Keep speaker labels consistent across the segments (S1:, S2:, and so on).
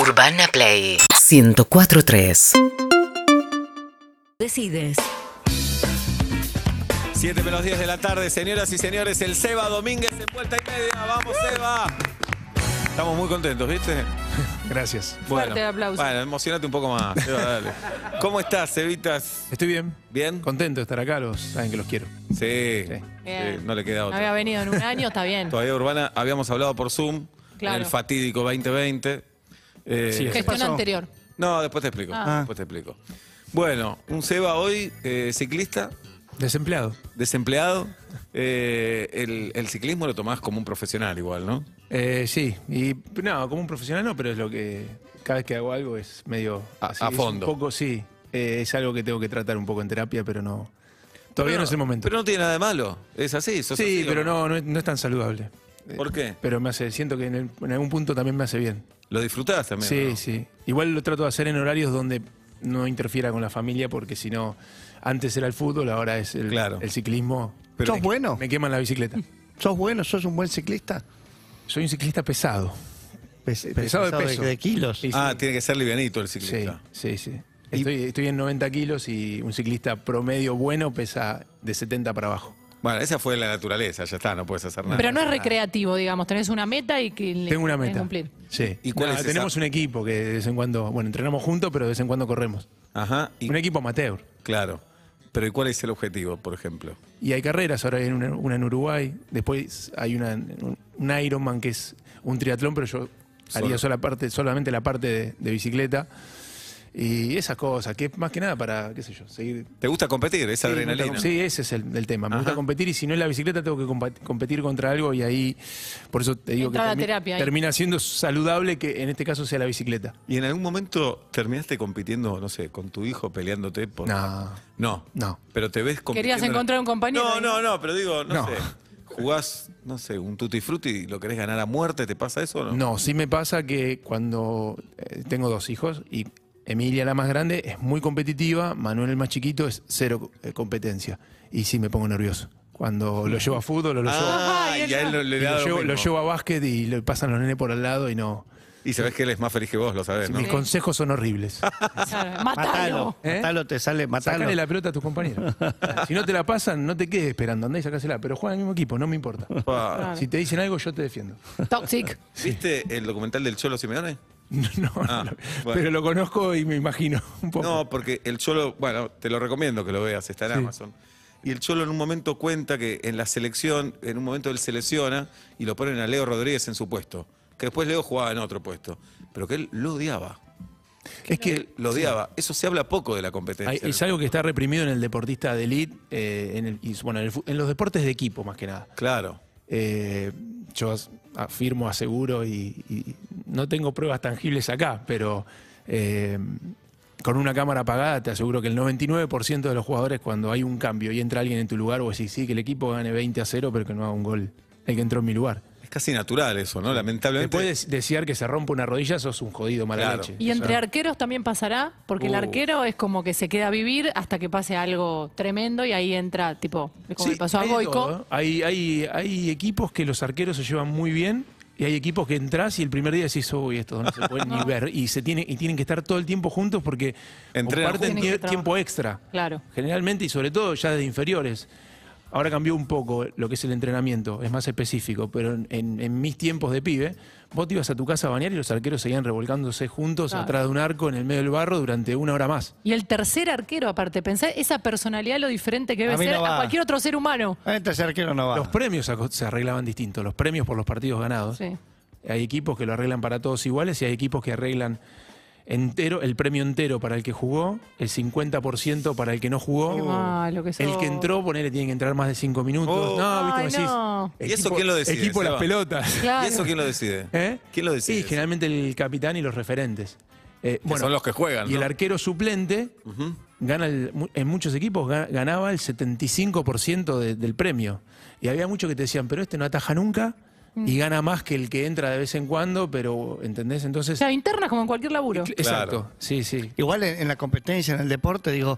S1: Urbana Play 1043.
S2: Decides.
S3: 7 menos 10 de la tarde, señoras y señores, el Seba Domínguez en vuelta y media. ¡Vamos, Seba! Estamos muy contentos, ¿viste?
S4: Gracias.
S3: Bueno,
S5: de aplauso.
S3: bueno emocionate un poco más. Seba, dale. ¿Cómo estás, Cebitas?
S4: Estoy bien.
S3: ¿Bien?
S4: Contento de estar acá, los saben que los quiero.
S3: Sí.
S4: Sí.
S3: Sí, no le queda
S5: No había
S3: otra.
S5: venido en un año, está bien.
S3: Todavía Urbana, habíamos hablado por Zoom
S5: Claro.
S3: en el fatídico 2020. Eh,
S4: Sí, ¿Qué
S5: Gestión
S4: pasó?
S5: anterior.
S3: No, después te explico.
S5: Ah.
S3: Después te explico. Bueno, un Seba hoy, eh, ciclista,
S4: Desempleado.
S3: desempleado. Eh, el, el ciclismo lo tomás como un profesional igual, ¿no?
S4: Eh, sí, y no, como un profesional no, pero es lo que cada vez que hago algo es medio
S3: A-
S4: así,
S3: a
S4: es un
S3: fondo.
S4: poco sí, eh, es algo que tengo que tratar un poco en terapia, pero no. Todavía no, es el momento.
S3: Pero no tiene nada de malo. Es así, sos
S4: sí,
S3: así, ¿o
S4: pero no, no, es, no es tan saludable. Eh,
S3: ¿Por qué?
S4: Pero me hace, siento que en, el- en algún punto también me hace bien.
S3: Lo disfrutás también.
S4: sí,
S3: ¿no?
S4: sí. Igual lo trato de hacer en horarios donde no interfiera con la familia, porque si no, antes era el fútbol, ahora es el,
S3: Claro.
S4: el ciclismo.
S3: Pero-
S4: me,
S6: ¿Sos bueno?
S4: Me queman la bicicleta.
S6: ¿Sos bueno? ¿Sos un buen ciclista?
S4: Soy un ciclista pesado.
S6: Pes-
S4: Pesado de peso.
S6: De, kilos.
S4: Sí,
S3: Ah, tiene que ser livianito el ciclista.
S4: Sí, sí, sí. Estoy, estoy en 90 kilos y un ciclista promedio bueno pesa de 70 para abajo.
S3: Bueno, esa fue la naturaleza, ya está, no puedes hacer nada.
S5: Pero no es recreativo, digamos. Tenés una meta y que le-
S4: Tengo una
S5: tenés que
S4: meta.
S5: cumplir.
S4: Sí.
S3: ¿Y cuál es esa?
S4: tenemos un equipo que de vez en cuando, bueno, entrenamos juntos, pero de vez en cuando corremos.
S3: Ajá, y,
S4: Un equipo amateur.
S3: claro. Pero ¿y cuál es el objetivo, por ejemplo?
S4: Y hay carreras, ahora hay una, una en Uruguay, después hay una, en- un Ironman que es un triatlón, pero yo
S3: Solo.
S4: haría sola parte, solamente la parte de, de bicicleta. Y esas cosas, que es más que nada para, qué sé yo, seguir
S3: ¿Te gusta competir? Esa
S4: Sí, me gusta
S3: adrenalina.
S4: com- Sí, ese es el, el tema. Me
S3: Ajá.
S4: gusta competir y si no es la bicicleta tengo que compa- competir contra algo y ahí, por eso te digo
S5: Entra la
S4: que
S5: terapia ahí.
S4: termina siendo saludable que en este caso sea la bicicleta.
S3: ¿Y en algún momento terminaste compitiendo, no sé, con tu hijo peleándote por.
S4: No,
S3: No.
S4: No.
S3: Pero te ves compitiendo.
S5: Querías encontrar un compañero
S3: No,
S5: ahí.
S3: no, no, pero digo, no,
S4: No.
S3: sé. Jugás, no sé, un tutti frutti y lo querés ganar a muerte, ¿te pasa eso o no?
S4: no, sí me pasa que cuando eh, tengo dos hijos y Emilia la más grande es muy competitiva, Manuel el más chiquito es cero eh, competencia y sí me pongo nervioso. Cuando lo llevo a fútbol o lo llevo a-
S3: Ah,
S5: Ajá, y
S3: y
S5: él
S3: a él
S5: no.
S3: lo, le
S4: y
S3: da
S4: lo
S3: lo
S4: llevo, lo
S3: mismo.
S4: llevo a básquet y lo pasan los nenes por al lado y no.
S3: Y sabés que él es más feliz que vos, lo sabés, ¿no?
S4: Mis consejos son horribles.
S5: Claro,
S6: Matalo.
S5: Matalo.
S4: ¿Eh?
S6: Matalo, te sale, matalo.
S4: Sacale la pelota a tus compañeros. si no te la pasan, no te quedes esperando, andá y sacásela. Pero juega en el mismo equipo, no me importa.
S3: Pa.
S5: Claro.
S4: Si te dicen algo, yo te defiendo.
S5: Toxic.
S3: ¿Viste el documental del Cholo Simeone?
S4: No, no,
S3: Ah,
S4: no.
S3: bueno.
S4: Pero lo conozco y me imagino un poco.
S3: No, porque el Cholo, bueno, te lo recomiendo que lo veas, está en
S4: Sí.
S3: Amazon. Y el Cholo en un momento cuenta que en la selección, en un momento él se lesiona y lo ponen a Leo Rodríguez en su puesto. Que después Leo jugaba en otro puesto. Pero que él lo odiaba.
S4: es que
S3: Él lo odiaba. Eso se habla poco de la competencia.
S4: hay- es algo que está reprimido en el deportista de elite, eh, en, el- y, bueno, en el fu- en los deportes de equipo más que nada.
S3: Claro.
S4: Eh, yo as- afirmo, aseguro y, y no tengo pruebas tangibles acá, pero eh, con una cámara apagada te aseguro que el 99% de los jugadores cuando hay un cambio y entra alguien en tu lugar, vos decís, sí, que el equipo gane 20 a 0, pero que no haga un gol. El que entró en mi lugar.
S3: Es casi natural eso, ¿no? Lamentablemente.
S4: Después de desear que se rompa una rodilla, sos un jodido mala
S3: Claro.
S4: leche.
S5: Y entre arqueros también pasará, porque el
S3: Uh.
S5: arquero es como que se queda a vivir hasta que pase algo tremendo y ahí entra, tipo, como
S4: Sí,
S5: le pasó a
S4: hay de
S5: Goico.
S4: todo, ¿eh? Hay, hay, hay equipos que los arqueros se llevan muy bien y hay equipos que entras y el primer día decís, uy, estos no se pueden ni ver. Y, se tiene, y tienen que estar todo el tiempo juntos porque
S3: Entrenan
S4: comparten
S5: juntos.
S4: tie-
S5: Tienen que
S4: tiempo extra.
S5: Claro.
S4: Generalmente y sobre todo ya de inferiores. Ahora cambió un poco lo que es el entrenamiento, es más específico, pero en, en- en mis tiempos de pibe, vos te ibas a tu casa a bañar y los arqueros seguían revolcándose juntos
S5: Claro.
S4: atrás de un arco en el medio del barro durante una hora más.
S5: Y el tercer arquero, aparte, pensá esa personalidad, lo diferente que debe
S6: A mí
S5: ser
S6: no
S5: a
S6: va.
S5: cualquier otro ser humano.
S6: Ah, Este arquero no va.
S4: Los premios aco- se arreglaban distintos, los premios por los partidos ganados.
S5: Sí.
S4: Hay equipos que lo arreglan para todos iguales y hay equipos que arreglan entero, el premio entero para el que jugó, el 50% para el que no jugó.
S5: Qué malo que
S4: el
S5: sos.
S4: que entró, ponele, tiene que entrar más de 5 minutos.
S3: Oh.
S4: No, viste,
S5: Ay,
S4: me decís,
S5: no.
S3: ¿Y eso quién lo decide,
S4: Equipo de las
S3: Seba?
S4: pelotas.
S5: Claro.
S3: ¿Y eso quién lo decide?
S4: ¿Eh?
S3: ¿Quién lo decide?
S4: Sí, generalmente el capitán y los referentes. Eh,
S3: Que son los que juegan.
S4: y
S3: ¿no?
S4: el arquero suplente gana el- mu- en muchos equipos ga- ganaba el 75% de- del premio. Y había muchos que te decían, pero este no ataja nunca y gana más que el que entra de vez en cuando, pero ¿entendés?
S5: O
S4: Entonces.
S5: sea, internas como en cualquier laburo.
S4: Exacto, sí, sí.
S6: Igual en, en la competencia, en el deporte, digo,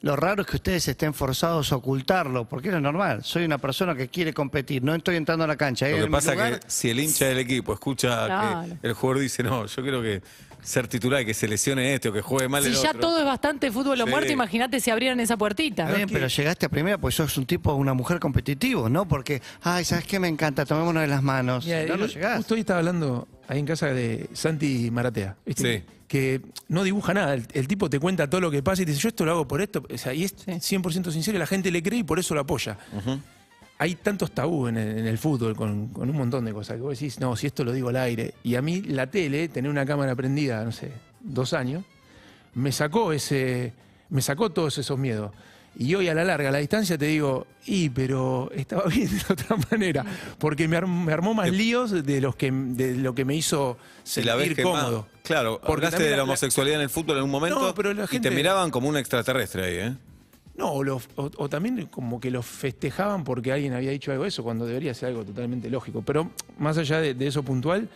S6: Lo raro es que ustedes estén forzados a ocultarlo, porque es lo normal. Soy una persona que quiere competir, no estoy entrando a la cancha.
S3: Lo
S6: en
S3: que
S6: mi
S3: pasa
S6: lugar,
S3: que si el hincha del equipo escucha
S5: Claro.
S3: que el jugador dice, no, yo creo que ser titular y que se lesione este o que juegue mal
S5: Si
S3: el
S5: ya
S3: otro".
S5: todo es bastante fútbol o
S3: Sí.
S5: muerte, imagínate si abrieran esa puertita.
S6: Está bien, pero llegaste a primera porque sos un tipo, una mujer competitivo, ¿no? Porque, ay, ¿sabes qué me encanta? Tomémonos de las manos.
S4: Mira,
S6: no,
S4: el-
S6: no llegás.
S4: Justo hoy estaba hablando ahí en casa de Santi Maratea, ¿viste?
S3: Sí.
S4: que no dibuja nada. El, el tipo te cuenta todo lo que pasa y te dice, yo esto lo hago por esto. O sea, y es
S5: Sí.
S4: 100% sincero y la gente le cree y por eso lo apoya. Hay tantos tabú en el, en el fútbol con, con un montón de cosas que vos decís, no, si esto lo digo al aire. Y a mí la tele, tener una cámara prendida, no sé, dos años, me sacó ese, me sacó todos esos miedos. Y hoy a la larga, a la distancia, te digo, y pero estaba bien de otra manera, porque me, arm- me armó más líos de los que de lo que me hizo
S3: Si
S4: sentir
S3: la ves que
S4: cómodo.
S3: Claro,
S4: Porque
S3: hablaste de
S4: también
S3: la
S4: la-
S3: homosexualidad en el fútbol en un momento
S4: No, pero la gente-
S3: y te miraban como un extraterrestre ahí, ¿eh?
S4: No, o, lo- o- o también como que los festejaban porque alguien había dicho algo de eso, cuando debería ser algo totalmente lógico. Pero más allá de, de eso puntual,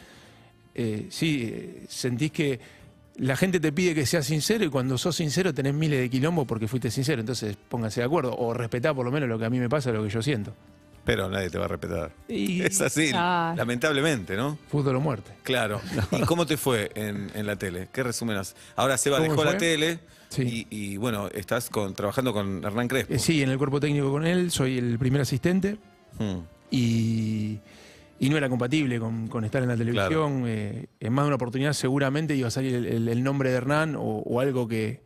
S4: eh, sí, eh, sentís que la gente te pide que seas sincero y cuando sos sincero tenés miles de quilombos porque fuiste sincero. Entonces pónganse de acuerdo o respetá por lo menos lo que a mí me pasa, lo que yo siento.
S3: Pero nadie te va a respetar.
S4: Y
S3: Es así,
S5: Ah.
S3: lamentablemente, ¿no?
S4: fútbol o muerte.
S3: Claro. ¿Y cómo te fue en, en la tele? ¿Qué resumen haces? Ahora Seba
S4: ¿Cómo
S3: dejó
S4: me
S3: la
S4: fue?
S3: tele
S4: Sí.
S3: y, y, bueno, estás con, trabajando con Hernán Crespo.
S4: Eh, sí, en el cuerpo técnico con él, soy el primer asistente.
S3: Mm.
S4: y, y no era compatible con, con estar en la televisión. Eh, en más de una oportunidad seguramente iba a salir el, el- el nombre de Hernán o, o algo que,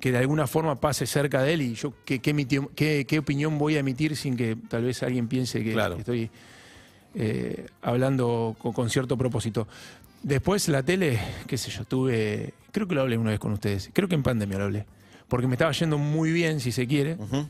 S4: que de alguna forma pase cerca de él y yo qué, qué emitió- qué- qué opinión voy a emitir sin que tal vez alguien piense que
S3: Claro.
S4: estoy eh, hablando co- con, cierto propósito. Después la tele, qué sé yo, tuve, creo que lo hablé una vez con ustedes, creo que en pandemia lo hablé, porque me estaba yendo muy bien, si se quiere,
S3: Ujú.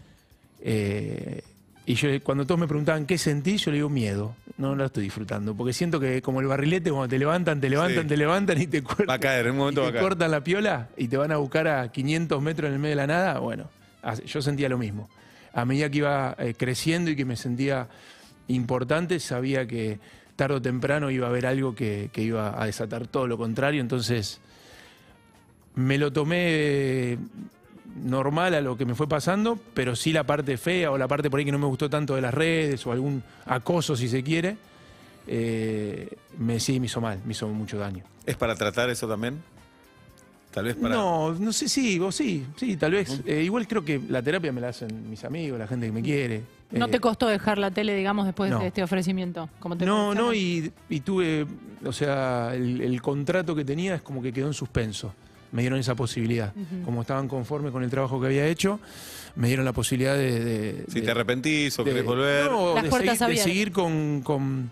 S4: eh, y yo, cuando todos me preguntaban qué sentí, yo le digo miedo. No la estoy disfrutando. Porque siento que como el barrilete, cuando te levantan, te levantan,
S3: Sí.
S4: te levantan y te
S3: Va
S4: cortan.
S3: a caer, en un
S4: y
S3: momento va a
S4: te
S3: caer.
S4: cortan la piola y te van a buscar a 500 metros en el medio de la nada. Bueno, as- yo sentía lo mismo. A medida que iba eh, creciendo y que me sentía importante, sabía que tarde o temprano iba a haber algo que, que iba a desatar todo lo contrario. Entonces, me lo tomé eh, normal a lo que me fue pasando, pero sí la parte fea o la parte por ahí que no me gustó tanto de las redes o algún acoso, si se quiere, eh, me, sí me hizo mal, me hizo mucho daño.
S3: ¿Es para tratar eso también? Tal vez para...
S4: No, no sé, sí, vos sí, sí, tal vez. Eh, igual creo que la terapia me la hacen mis amigos, la gente que me quiere.
S5: ¿No
S4: Eh,
S5: te costó dejar la tele, digamos, después
S4: no.
S5: de este ofrecimiento? Como te
S4: No,
S5: mencioné?
S4: no, y, y tuve, o sea, el, el contrato que tenía es como que quedó en suspenso. Me dieron esa posibilidad. Como estaban conformes con el trabajo que había hecho, me dieron la posibilidad de... de-
S3: Si
S4: de-
S3: te arrepentís o
S4: de-
S3: querés volver.
S4: no,
S5: Las
S4: de
S5: puertas
S4: seguir, de
S5: abiertas.
S4: seguir con, con,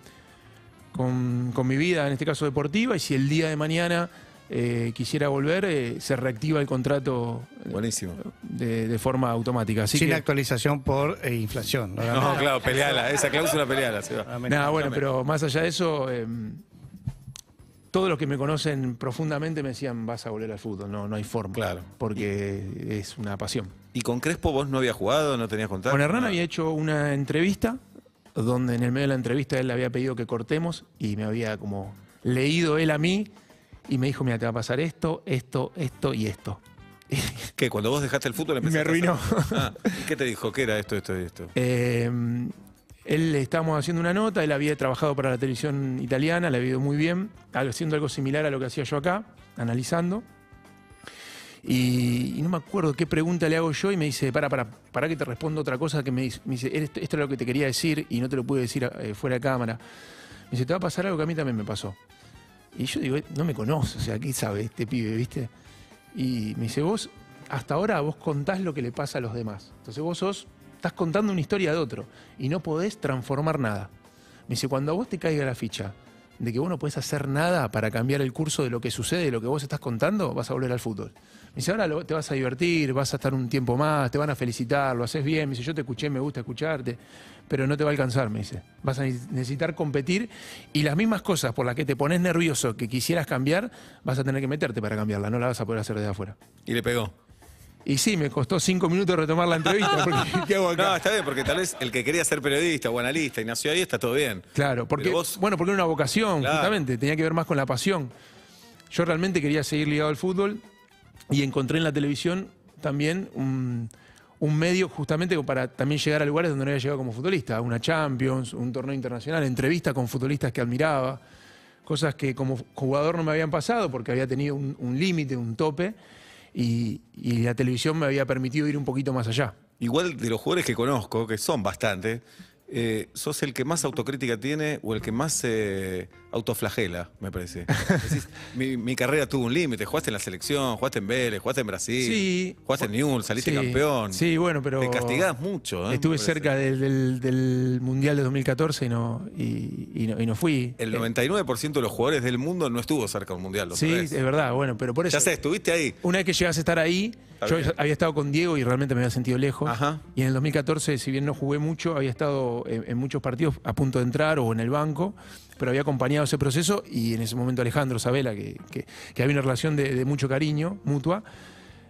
S4: con- con mi vida, en este caso deportiva, y si el día de mañana eh, quisiera volver, eh, se reactiva el contrato
S3: Buenísimo.
S4: de, de forma automática. Así
S6: Sin
S4: que,
S6: actualización por eh, inflación. ¿no?
S3: No, claro, peleala. Esa cláusula peleala, Seba.
S6: Realmente.
S4: Nada, bueno, pero más allá de eso, eh, todos los que me conocen profundamente me decían, vas a volver al fútbol, no, no hay forma.
S3: Claro.
S4: Porque es una pasión.
S3: ¿Y con Crespo vos no habías jugado? ¿No tenías contacto?
S4: Con Hernán
S3: No.
S4: había hecho una entrevista donde en el medio de la entrevista él le había pedido que cortemos y me había como leído él a mí y me dijo, mira, te va a pasar esto, esto, esto y esto.
S3: ¿Qué? Cuando vos dejaste el fútbol
S4: Me
S3: empezaste a
S4: arruinó.
S3: hacer- Ah, ¿Qué te dijo? ¿Qué era esto, esto y esto?
S4: Eh, él estábamos haciendo una nota, él había trabajado para la televisión italiana, le había ido muy bien, algo- haciendo algo similar a lo que hacía yo acá, analizando. Y, y no me acuerdo qué pregunta le hago yo y me dice, para, para, para que te respondo otra cosa que me dice, me dice, esto, esto es lo que te quería decir y no te lo pude decir eh, fuera de cámara. Me dice, te va a pasar algo que a mí también me pasó. Y yo digo, no me conoce, o sea, ¿qué sabe este pibe, viste? Y me dice, vos, hasta ahora vos contás lo que le pasa a los demás. Entonces vos sos, estás contando una historia de otro y no podés transformar nada. Me dice, cuando a vos te caiga la ficha de que vos no podés hacer nada para cambiar el curso de lo que sucede, de lo que vos estás contando, vas a volver al fútbol. Me dice, ahora lo- te vas a divertir, vas a estar un tiempo más, te van a felicitar, lo haces bien. Me dice, yo te escuché, me gusta escucharte, pero no te va a alcanzar, me dice. Vas a ne- necesitar competir y las mismas cosas por las que te pones nervioso que quisieras cambiar, vas a tener que meterte para cambiarla, no la vas a poder hacer desde afuera.
S3: Y le pegó.
S4: Y sí, me costó cinco minutos retomar la entrevista. porque, ¿qué hago acá?
S3: No, está bien, porque tal vez el que quería ser periodista o analista y nació ahí está todo bien.
S4: Claro, porque,
S3: Pero vos-
S4: bueno, porque era una vocación,
S3: Claro.
S4: justamente, tenía que ver más con la pasión. Yo realmente quería seguir ligado al fútbol y encontré en la televisión también un, un medio justamente para también llegar a lugares donde no había llegado como futbolista, una Champions, un torneo internacional, entrevistas con futbolistas que admiraba, cosas que como jugador no me habían pasado porque había tenido un, un límite, un tope, y, y la televisión me había permitido ir un poquito más allá.
S3: Igual de los jugadores que conozco, que son bastantes, eh, sos el que más autocrítica tiene o el que más se autoflagela, me parece. Decís, mi, mi carrera tuvo un límite, jugaste en la selección, jugaste en Vélez, jugaste en Brasil,
S4: Sí.
S3: jugaste en Newell's, saliste
S4: Sí.
S3: campeón.
S4: Sí, bueno, pero.
S3: Te castigás mucho, ¿eh?
S4: Estuve
S3: Me parece.
S4: cerca del, del- del Mundial de 2014 y no, y, y no, y no fui. Eh,
S3: El 99% de los jugadores del mundo no estuvo cerca del mundial. los
S4: Sí,
S3: tres.
S4: es verdad, bueno, pero por eso.
S3: Ya sé, estuviste ahí.
S4: Una vez que llegas a estar ahí,
S3: Está
S4: yo
S3: bien.
S4: había estado con Diego y realmente me había sentido lejos.
S3: Ajá.
S4: Y en el 2014, si bien no jugué mucho, había estado en, en muchos partidos a punto de entrar o en el banco, pero había acompañado ese proceso y en ese momento Alejandro Sabela, que, que- que había una relación de, de mucho cariño mutua,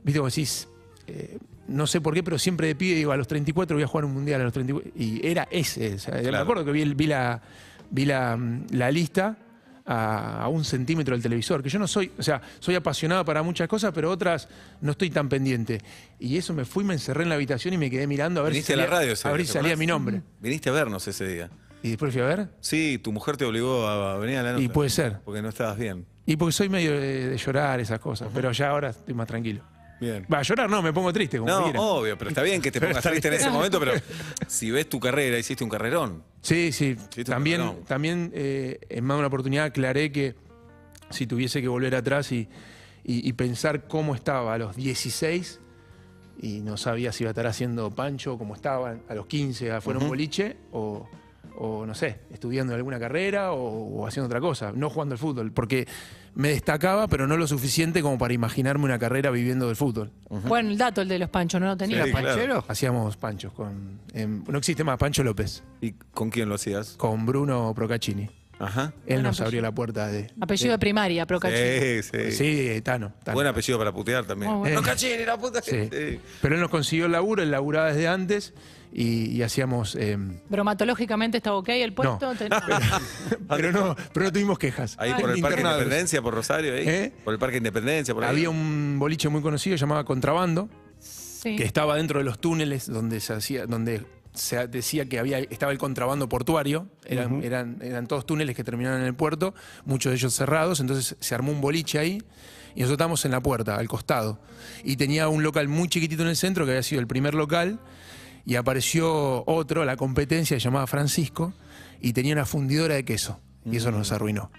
S4: viste como decís, eh, no sé por qué, pero siempre de pie digo, a los 34 voy a jugar un mundial, a los 34. Y era ese. o sea, Me
S3: Claro.
S4: acuerdo que vi, el- vi la, vi la, mm, la lista a, a un centímetro del televisor, que yo no soy, o sea, soy apasionado para muchas cosas, pero otras no estoy tan pendiente. Y eso me fui, me encerré en la habitación y me quedé mirando a ver
S3: Viniste a
S4: si
S3: la
S4: salía,
S3: radio ese
S4: a ver
S3: día,
S4: si
S3: ¿te
S4: salía
S3: acordás?
S4: mi nombre.
S3: Viniste a vernos ese día.
S4: Y después fui a ver.
S3: Sí, tu mujer te obligó a venir a la nota.
S4: Y puede ser.
S3: Porque no estabas bien.
S4: Y porque soy medio de, de llorar esas cosas, pero ya ahora estoy más tranquilo.
S3: Bien.
S4: Va, llorar no, me pongo triste, como
S3: No,
S4: quiera.
S3: obvio, pero está bien que te pongas triste en ese momento, pero si ves tu carrera, hiciste un carrerón.
S4: Sí, sí.
S3: Sí, tú-
S4: también
S3: no.
S4: también eh, en más de una oportunidad aclaré que si tuviese que volver atrás y, y- y pensar cómo estaba a los 16 y no sabía si iba a estar haciendo pancho como estaba a los 15 afuera un boliche o, o, no sé, estudiando alguna carrera o, o haciendo otra cosa, no jugando al fútbol, porque me destacaba pero no lo suficiente como para imaginarme una carrera viviendo del fútbol.
S5: Bueno, el dato, el de los panchos, no lo tenía.
S3: Sí, claro.
S6: ¿Panchero?
S4: Hacíamos panchos con... em, no existe más Pancho López,
S3: ¿Y con quién lo hacías?
S4: con Bruno Procaccini.
S3: Ajá.
S4: Él
S5: Buen
S4: nos
S5: apellido.
S4: abrió la puerta de.
S5: Apellido de primaria, Procachi.
S3: Sí, sí.
S4: Sí, eh, Tano. Tano.
S3: Buen apellido para putear también.
S5: Muy Ah, bueno.
S3: No cachín, la puta.
S4: Sí.
S3: Sí.
S4: Pero él nos consiguió el laburo, él laburaba desde antes y, y hacíamos. eh,
S5: Bromatológicamente estaba ok el puesto.
S4: No.
S5: Tenía-
S4: pero, no, pero no tuvimos quejas.
S3: Ahí por el Parque
S4: Internados.
S3: Independencia, por Rosario, ahí.
S4: ¿Eh?
S3: Por el Parque Independencia, por ahí.
S4: Había un boliche muy conocido llamado Contrabando,
S5: Sí.
S4: que estaba dentro de los túneles donde se hacía, donde se decía que había, estaba el contrabando portuario, eran, eran, eran todos túneles que terminaban en el puerto, muchos de ellos cerrados, entonces se armó un boliche ahí y nosotros estábamos en la puerta, al costado. Y tenía un local muy chiquitito en el centro, que había sido el primer local, y apareció otro, la competencia, llamada Francisco, y tenía una fundidora de queso. Y eso nos arruinó.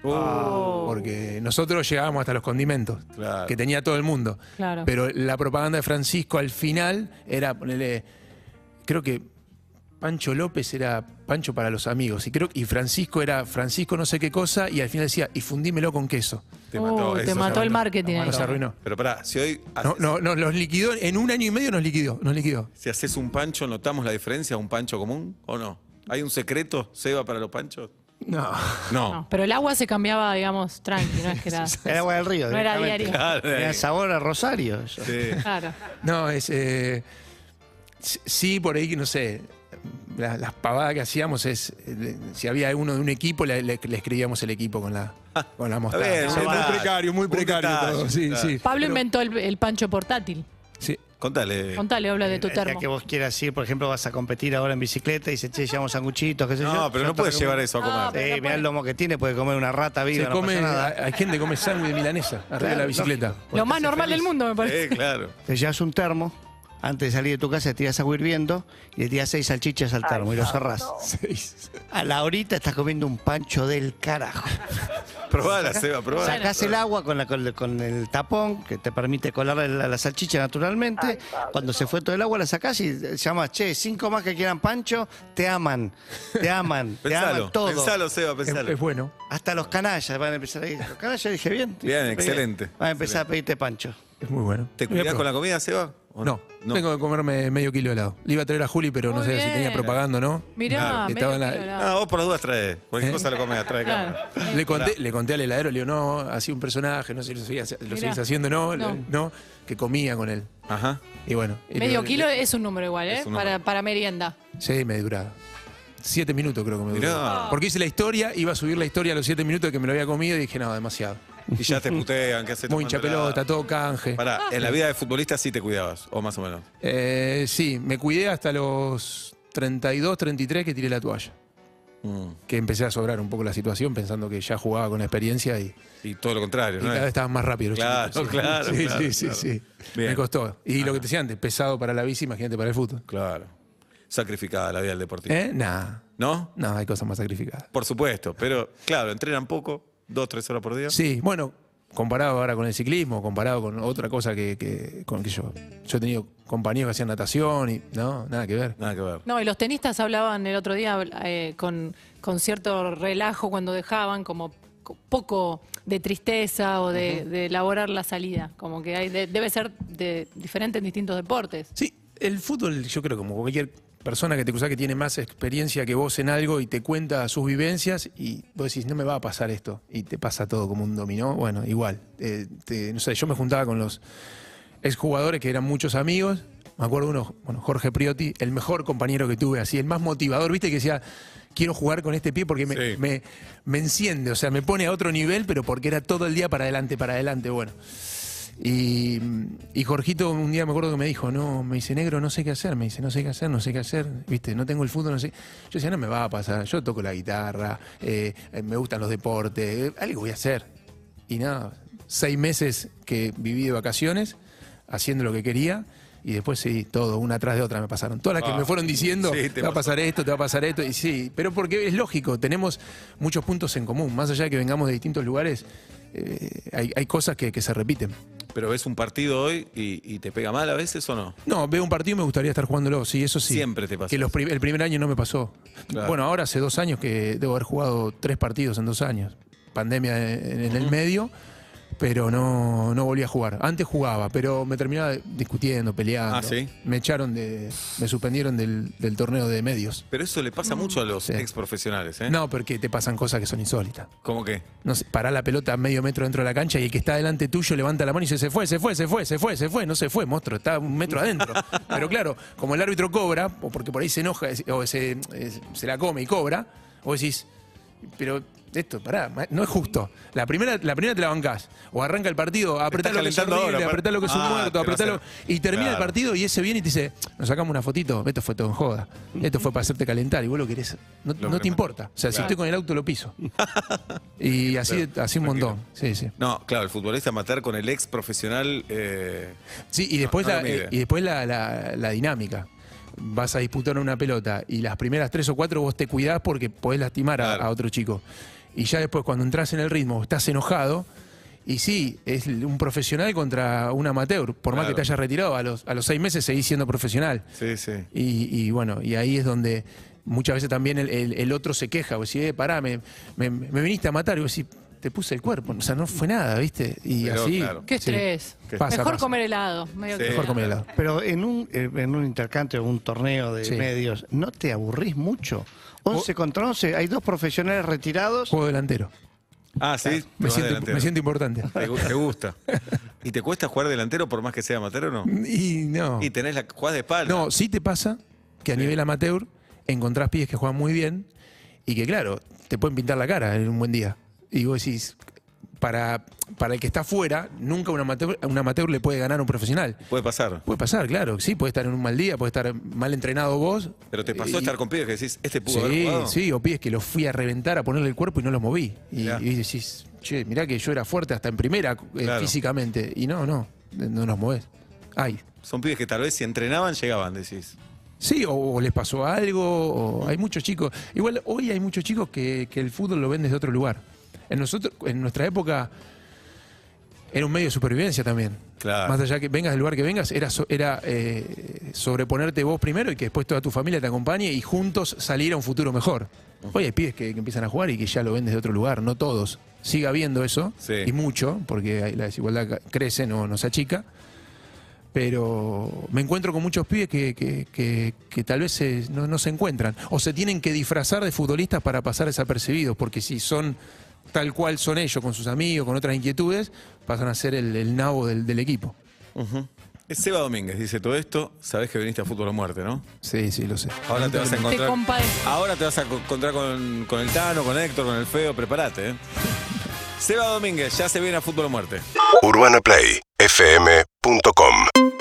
S4: Porque nosotros llegábamos hasta los condimentos,
S3: Claro.
S4: que tenía todo el mundo.
S5: Claro.
S4: Pero la propaganda de Francisco al final era ponerle. Creo que Pancho López era Pancho para los amigos. Y creo y Francisco era Francisco no sé qué cosa. Y al final decía, y fundímelo con queso.
S3: Te
S5: Oh,
S3: mató.
S5: te
S3: eso se
S5: mató el marketing. ahí.
S4: Nos arruinó.
S3: Pero pará, si hoy
S4: No,
S3: haces,
S4: no, no, los liquidó. En un año y medio nos liquidó. Nos liquidó.
S3: si haces un pancho, ¿notamos la diferencia a un pancho común o no? ¿Hay un secreto, Seba, para los panchos?
S4: No.
S3: No.
S5: No, pero el agua se cambiaba, digamos, tranqui, no es que era.
S6: Era agua del río.
S5: No era
S6: directamente.
S5: diario.
S3: Claro,
S6: Era
S3: ahí.
S6: sabor a Rosario. eso.
S3: Sí.
S5: Claro.
S4: No, es. eh, s- sí, por ahí, no sé. la- Las, pavadas que hacíamos es. eh, de- Si había uno de un equipo, le, le- le escribíamos el equipo con la, con la mostaza.
S3: bien,
S4: O
S3: un
S4: sea,
S3: detalle,
S4: muy precario, muy
S3: un
S4: precario
S3: detalle,
S4: todo. Sí,
S3: claro.
S4: sí.
S5: Pablo
S4: Pero-
S5: inventó el, el pancho portátil.
S4: sí.
S3: Contale.
S5: Contale, habla de tu
S6: El día
S5: termo.
S6: que vos quieras ir, por ejemplo, vas a competir ahora en bicicleta y dices, che, llevamos sanguchitos, qué sé yo.
S3: No, pero
S6: Yo
S3: no puedes
S6: toco-
S3: llevar eso a
S5: No,
S3: comer.
S5: pero-
S6: Sí,
S5: no
S6: mirá
S5: puede.
S6: el lomo que tiene, puede comer una rata
S4: Se
S6: viva, no
S4: come, eh,
S6: pasa nada.
S4: hay hay gente que come sándwich de milanesa arriba de la
S6: Claro,
S4: bicicleta.
S5: Lo más normal del mundo, me parece.
S3: Sí, claro.
S6: Te llevas un termo, antes de salir de tu casa, te tiras agua hirviendo y le tiras seis salchichas al termo y lo cerrás.
S4: Seis.
S6: A la horita estás comiendo un pancho del carajo.
S3: Probala, Seba, probala.
S6: Sacás el agua con, la- con el- con el tapón que te permite colar la, la salchicha naturalmente. Cuando se fue todo el agua, la sacás y eh, llamas, che, cinco más que quieran pancho, te aman, te aman, te aman
S3: Pensalo,
S6: todo.
S3: pensalo, Seba,
S4: Es,
S3: pensalo.
S4: es bueno.
S6: Hasta los canallas van a empezar a ir. Los canallas dije bien.
S3: Bien, excelente.
S6: Van a empezar a pedirte pancho.
S4: Es muy bueno.
S3: ¿Te
S4: Voy a
S3: cuidás con
S4: probar.
S3: la comida, Seba? ¿O
S4: No, tengo que comerme medio kilo de helado. Le iba a traer a Juli, pero no
S5: Muy
S4: sé si
S5: bien.
S4: tenía propaganda o no.
S5: Mirá,
S4: Claro.
S5: medio
S4: Estaba en la-
S5: kilo de helado.
S3: Ah, vos por las dudas trae. Cualquier
S4: ¿Eh?
S3: cosa lo comés, trae
S5: Claro.
S3: cámara.
S4: Le conté, le conté al heladero, le digo, no, hacía un personaje, no sé si lo, seguías, lo
S5: Mirá.
S4: seguís haciendo, no, le-
S5: No.
S4: no, que comía con él.
S3: Ajá.
S4: Y bueno. y
S5: Medio
S4: le-
S5: kilo es un número igual, ¿eh?
S3: Es un número.
S5: Para, para merienda.
S4: Sí, me duraba. Siete minutos creo que me
S3: Mirá.
S4: duraba. Porque hice la historia, iba a subir la historia a los siete minutos que me lo había comido y dije, no, demasiado.
S3: y ya te putean, que haces
S4: Muy hincha pelota, todo canje.
S3: Pará, en la vida de futbolista sí te cuidabas, o más o menos.
S4: Eh, sí, me cuidé hasta los 32, 33 que tiré la toalla.
S3: Mm.
S4: Que empecé a sobrar un poco la situación pensando que ya jugaba con experiencia y,
S3: Y todo lo contrario,
S4: y
S3: ¿no?
S4: cada vez estaban más rápidos. los
S3: Claro,
S4: chicos, sí.
S3: claro,
S4: Sí,
S3: claro,
S4: sí, sí,
S3: claro.
S4: sí.
S3: Bien.
S4: Me costó. Y lo que te decía antes, pesado para la bici, imagínate para el fútbol.
S3: Claro. Sacrificada la vida del deportista.
S4: ¿Eh? Nah,
S3: ¿No?
S4: no, hay cosas más sacrificadas.
S3: Por supuesto, pero claro, entrenan poco, dos, tres horas por día.
S4: Sí, bueno, comparado ahora con el ciclismo, comparado con otra cosa que, que- con que yo. Yo he tenido compañeros que hacían natación y no, nada que ver.
S3: Nada que ver.
S5: No, y los tenistas hablaban el otro día eh, con, con cierto relajo cuando dejaban, como co- poco de tristeza o de, de elaborar la salida. Como que hay, de- debe ser de diferente en distintos deportes.
S4: Sí, el fútbol, yo creo, como cualquier persona que te cruza que tiene más experiencia que vos en algo y te cuenta sus vivencias y vos decís, no me va a pasar esto. Y te pasa todo como un dominó. Bueno, igual. eh, te- no sé, yo me juntaba con los exjugadores que eran muchos amigos. Me acuerdo uno, bueno, Jorge Priotti, el mejor compañero que tuve, así, el más motivador, viste, que decía, quiero jugar con este pie porque me,
S3: Sí.
S4: me- me enciende, o sea, me pone a otro nivel, pero porque era todo el día para adelante, para adelante, bueno. Y, y Jorgito un día me acuerdo que me dijo, no, me dice negro, no sé qué hacer, me dice, no sé qué hacer, no sé qué hacer, viste, no tengo el fútbol, no sé. Yo decía, no me va a pasar, yo toco la guitarra, eh, eh, me gustan los deportes, eh, algo voy a hacer. Y nada, seis meses que viví de vacaciones, haciendo lo que quería, y después sí, todo, una tras de otra me pasaron. Todas las que
S3: Ah.
S4: me fueron diciendo,
S3: Sí, te
S4: te va a
S3: pasó.
S4: pasar esto, te va a pasar esto, y sí, pero porque es lógico, tenemos muchos puntos en común, más allá de que vengamos de distintos lugares, eh, hay, hay cosas que- que se repiten.
S3: Pero ves un partido hoy y, y te pega mal a veces o no.
S4: No, veo un partido y me gustaría estar jugándolo, sí, eso sí.
S3: Siempre te pasa
S4: Que los prim- el primer año no me pasó.
S3: Claro.
S4: Bueno, ahora hace dos años que debo haber jugado tres partidos en dos años. Pandemia en, en el medio, pero no, no volví a jugar. Antes jugaba, pero me terminaba discutiendo, peleando.
S3: Ah, ¿sí?
S4: Me echaron de. Me suspendieron del, del torneo de medios.
S3: Pero eso le pasa mucho a los
S4: Sí.
S3: ex profesionales, ¿eh?
S4: No, porque te pasan cosas que son insólitas.
S3: ¿Cómo que?
S4: No sé, pará la pelota a medio metro dentro de la cancha y el que está delante tuyo levanta la mano y dice, se fue, se fue, se fue, se fue, se fue, no se fue, monstruo, está un metro adentro. Pero claro, como el árbitro cobra, o porque por ahí se enoja es- o se, es- se la come y cobra, vos decís, pero esto, pará, ma- no es justo. La primera, la primera te la bancás, o arranca el partido, apretá
S3: Estás
S4: lo que es
S3: calentando
S4: horrible,
S3: ahora, par-
S4: apretá lo que es un
S3: Ah, te
S4: muerto,
S3: va a
S4: apretá lo-
S3: hacer-
S4: Y termina el
S3: Claro.
S4: partido y ese viene y te dice, nos sacamos una fotito, esto fue todo en joda, esto fue para hacerte calentar y vos lo querés, no,
S3: Lo
S4: no
S3: querés
S4: te importa. O sea, si
S3: Claro.
S4: estoy con el auto lo piso. Y así, así un
S3: tranquilo.
S4: montón. Sí, sí.
S3: No, claro, el futbolista matar con el ex profesional. eh,
S4: Sí, y después,
S3: No, no
S4: la,
S3: lo mide.
S4: eh, y después la, la- la dinámica. Vas a disputar una pelota y las primeras tres o cuatro vos te cuidás porque podés lastimar a,
S3: Claro.
S4: a otro chico. Y ya después, cuando entras en el ritmo, estás enojado. Y sí, es l- un profesional contra un amateur. Por más
S3: Claro.
S4: que te hayas retirado, a los, a los seis meses seguís siendo profesional.
S3: sí, sí.
S4: Y, y bueno, y ahí es donde muchas veces también el, el- el otro se queja, o si eh, pará, me, me- me viniste a matar, y vos decís, te puse el cuerpo, o sea, no fue nada, ¿viste? Y
S3: Pero,
S4: así.
S3: claro. Eh,
S5: Qué
S4: sí.
S5: estrés.
S4: Qué- Pasa,
S5: Mejor
S4: pasa.
S5: comer helado. medio
S3: Sí.
S5: que-
S4: Mejor comer helado.
S6: Pero en un, eh, en un intercambio, un torneo de
S4: Sí.
S6: medios, ¿no te aburrís mucho? 11 contra 11, hay dos profesionales retirados.
S4: Juego delantero.
S3: Ah, sí. te
S4: Me
S3: vas
S4: siento,
S3: delantero.
S4: me siento importante.
S3: Te, gu- te gusta. ¿Y te cuesta jugar delantero por más que sea amateur o no?
S4: Y no.
S3: Y tenés la jugás de espalda.
S4: No, sí te pasa que a nivel amateur encontrás pibes que juegan muy bien y que, claro, te pueden pintar la cara en un buen día. Y vos decís, para, para el que está afuera, nunca un amateur, un amateur le puede ganar a un profesional.
S3: Puede pasar.
S4: Puede pasar, claro, sí, puede estar en un mal día, puede estar mal entrenado vos. Eh,
S3: Pero te pasó
S4: Y-
S3: estar con pibes que decís, este pudo haber
S4: Sí,
S3: jugado.
S4: sí, o pides que los fui a reventar, a ponerle el cuerpo y no los moví. Y,
S3: Mirá.
S4: y decís, che, mirá que yo era fuerte hasta en primera eh,
S3: Claro.
S4: físicamente. Y no, no, no nos movés. Ay.
S3: Son pibes que tal vez si entrenaban llegaban, decís.
S4: Sí, o, o les pasó algo, o hay muchos chicos. Igual hoy hay muchos chicos que, que el fútbol lo ven desde otro lugar. En, nosotros, en nuestra época era un medio de supervivencia también.
S3: Claro.
S4: Más allá que vengas del lugar que vengas, era, so- era eh, sobreponerte vos primero y que después toda tu familia te acompañe y juntos salir a un futuro mejor. Hoy hay pibes que, que empiezan a jugar y que ya lo ven desde otro lugar, no todos. Sigue habiendo eso,
S3: Sí.
S4: y mucho, porque hay- la desigualdad ca- crece, no, no se achica pero me encuentro con muchos pibes que, que- que- que tal vez se- no, no se encuentran o se tienen que disfrazar de futbolistas para pasar desapercibidos, porque si son tal cual son ellos, con sus amigos, con otras inquietudes, pasan a ser el, el nabo del, del equipo.
S3: Es Seba Domínguez, dice todo esto, sabés que viniste a fútbol a muerte, ¿no?
S4: Sí, sí, lo sé.
S3: Ahora te vas a
S5: Te
S3: encontrar.
S5: compadezco.
S3: Ahora te vas a co- encontrar con, con el Tano, con Héctor, con el Feo, prepárate, ¿eh? Seba Domínguez, ya se viene a Fútbol o Muerte.
S2: UrbanaPlayFM.com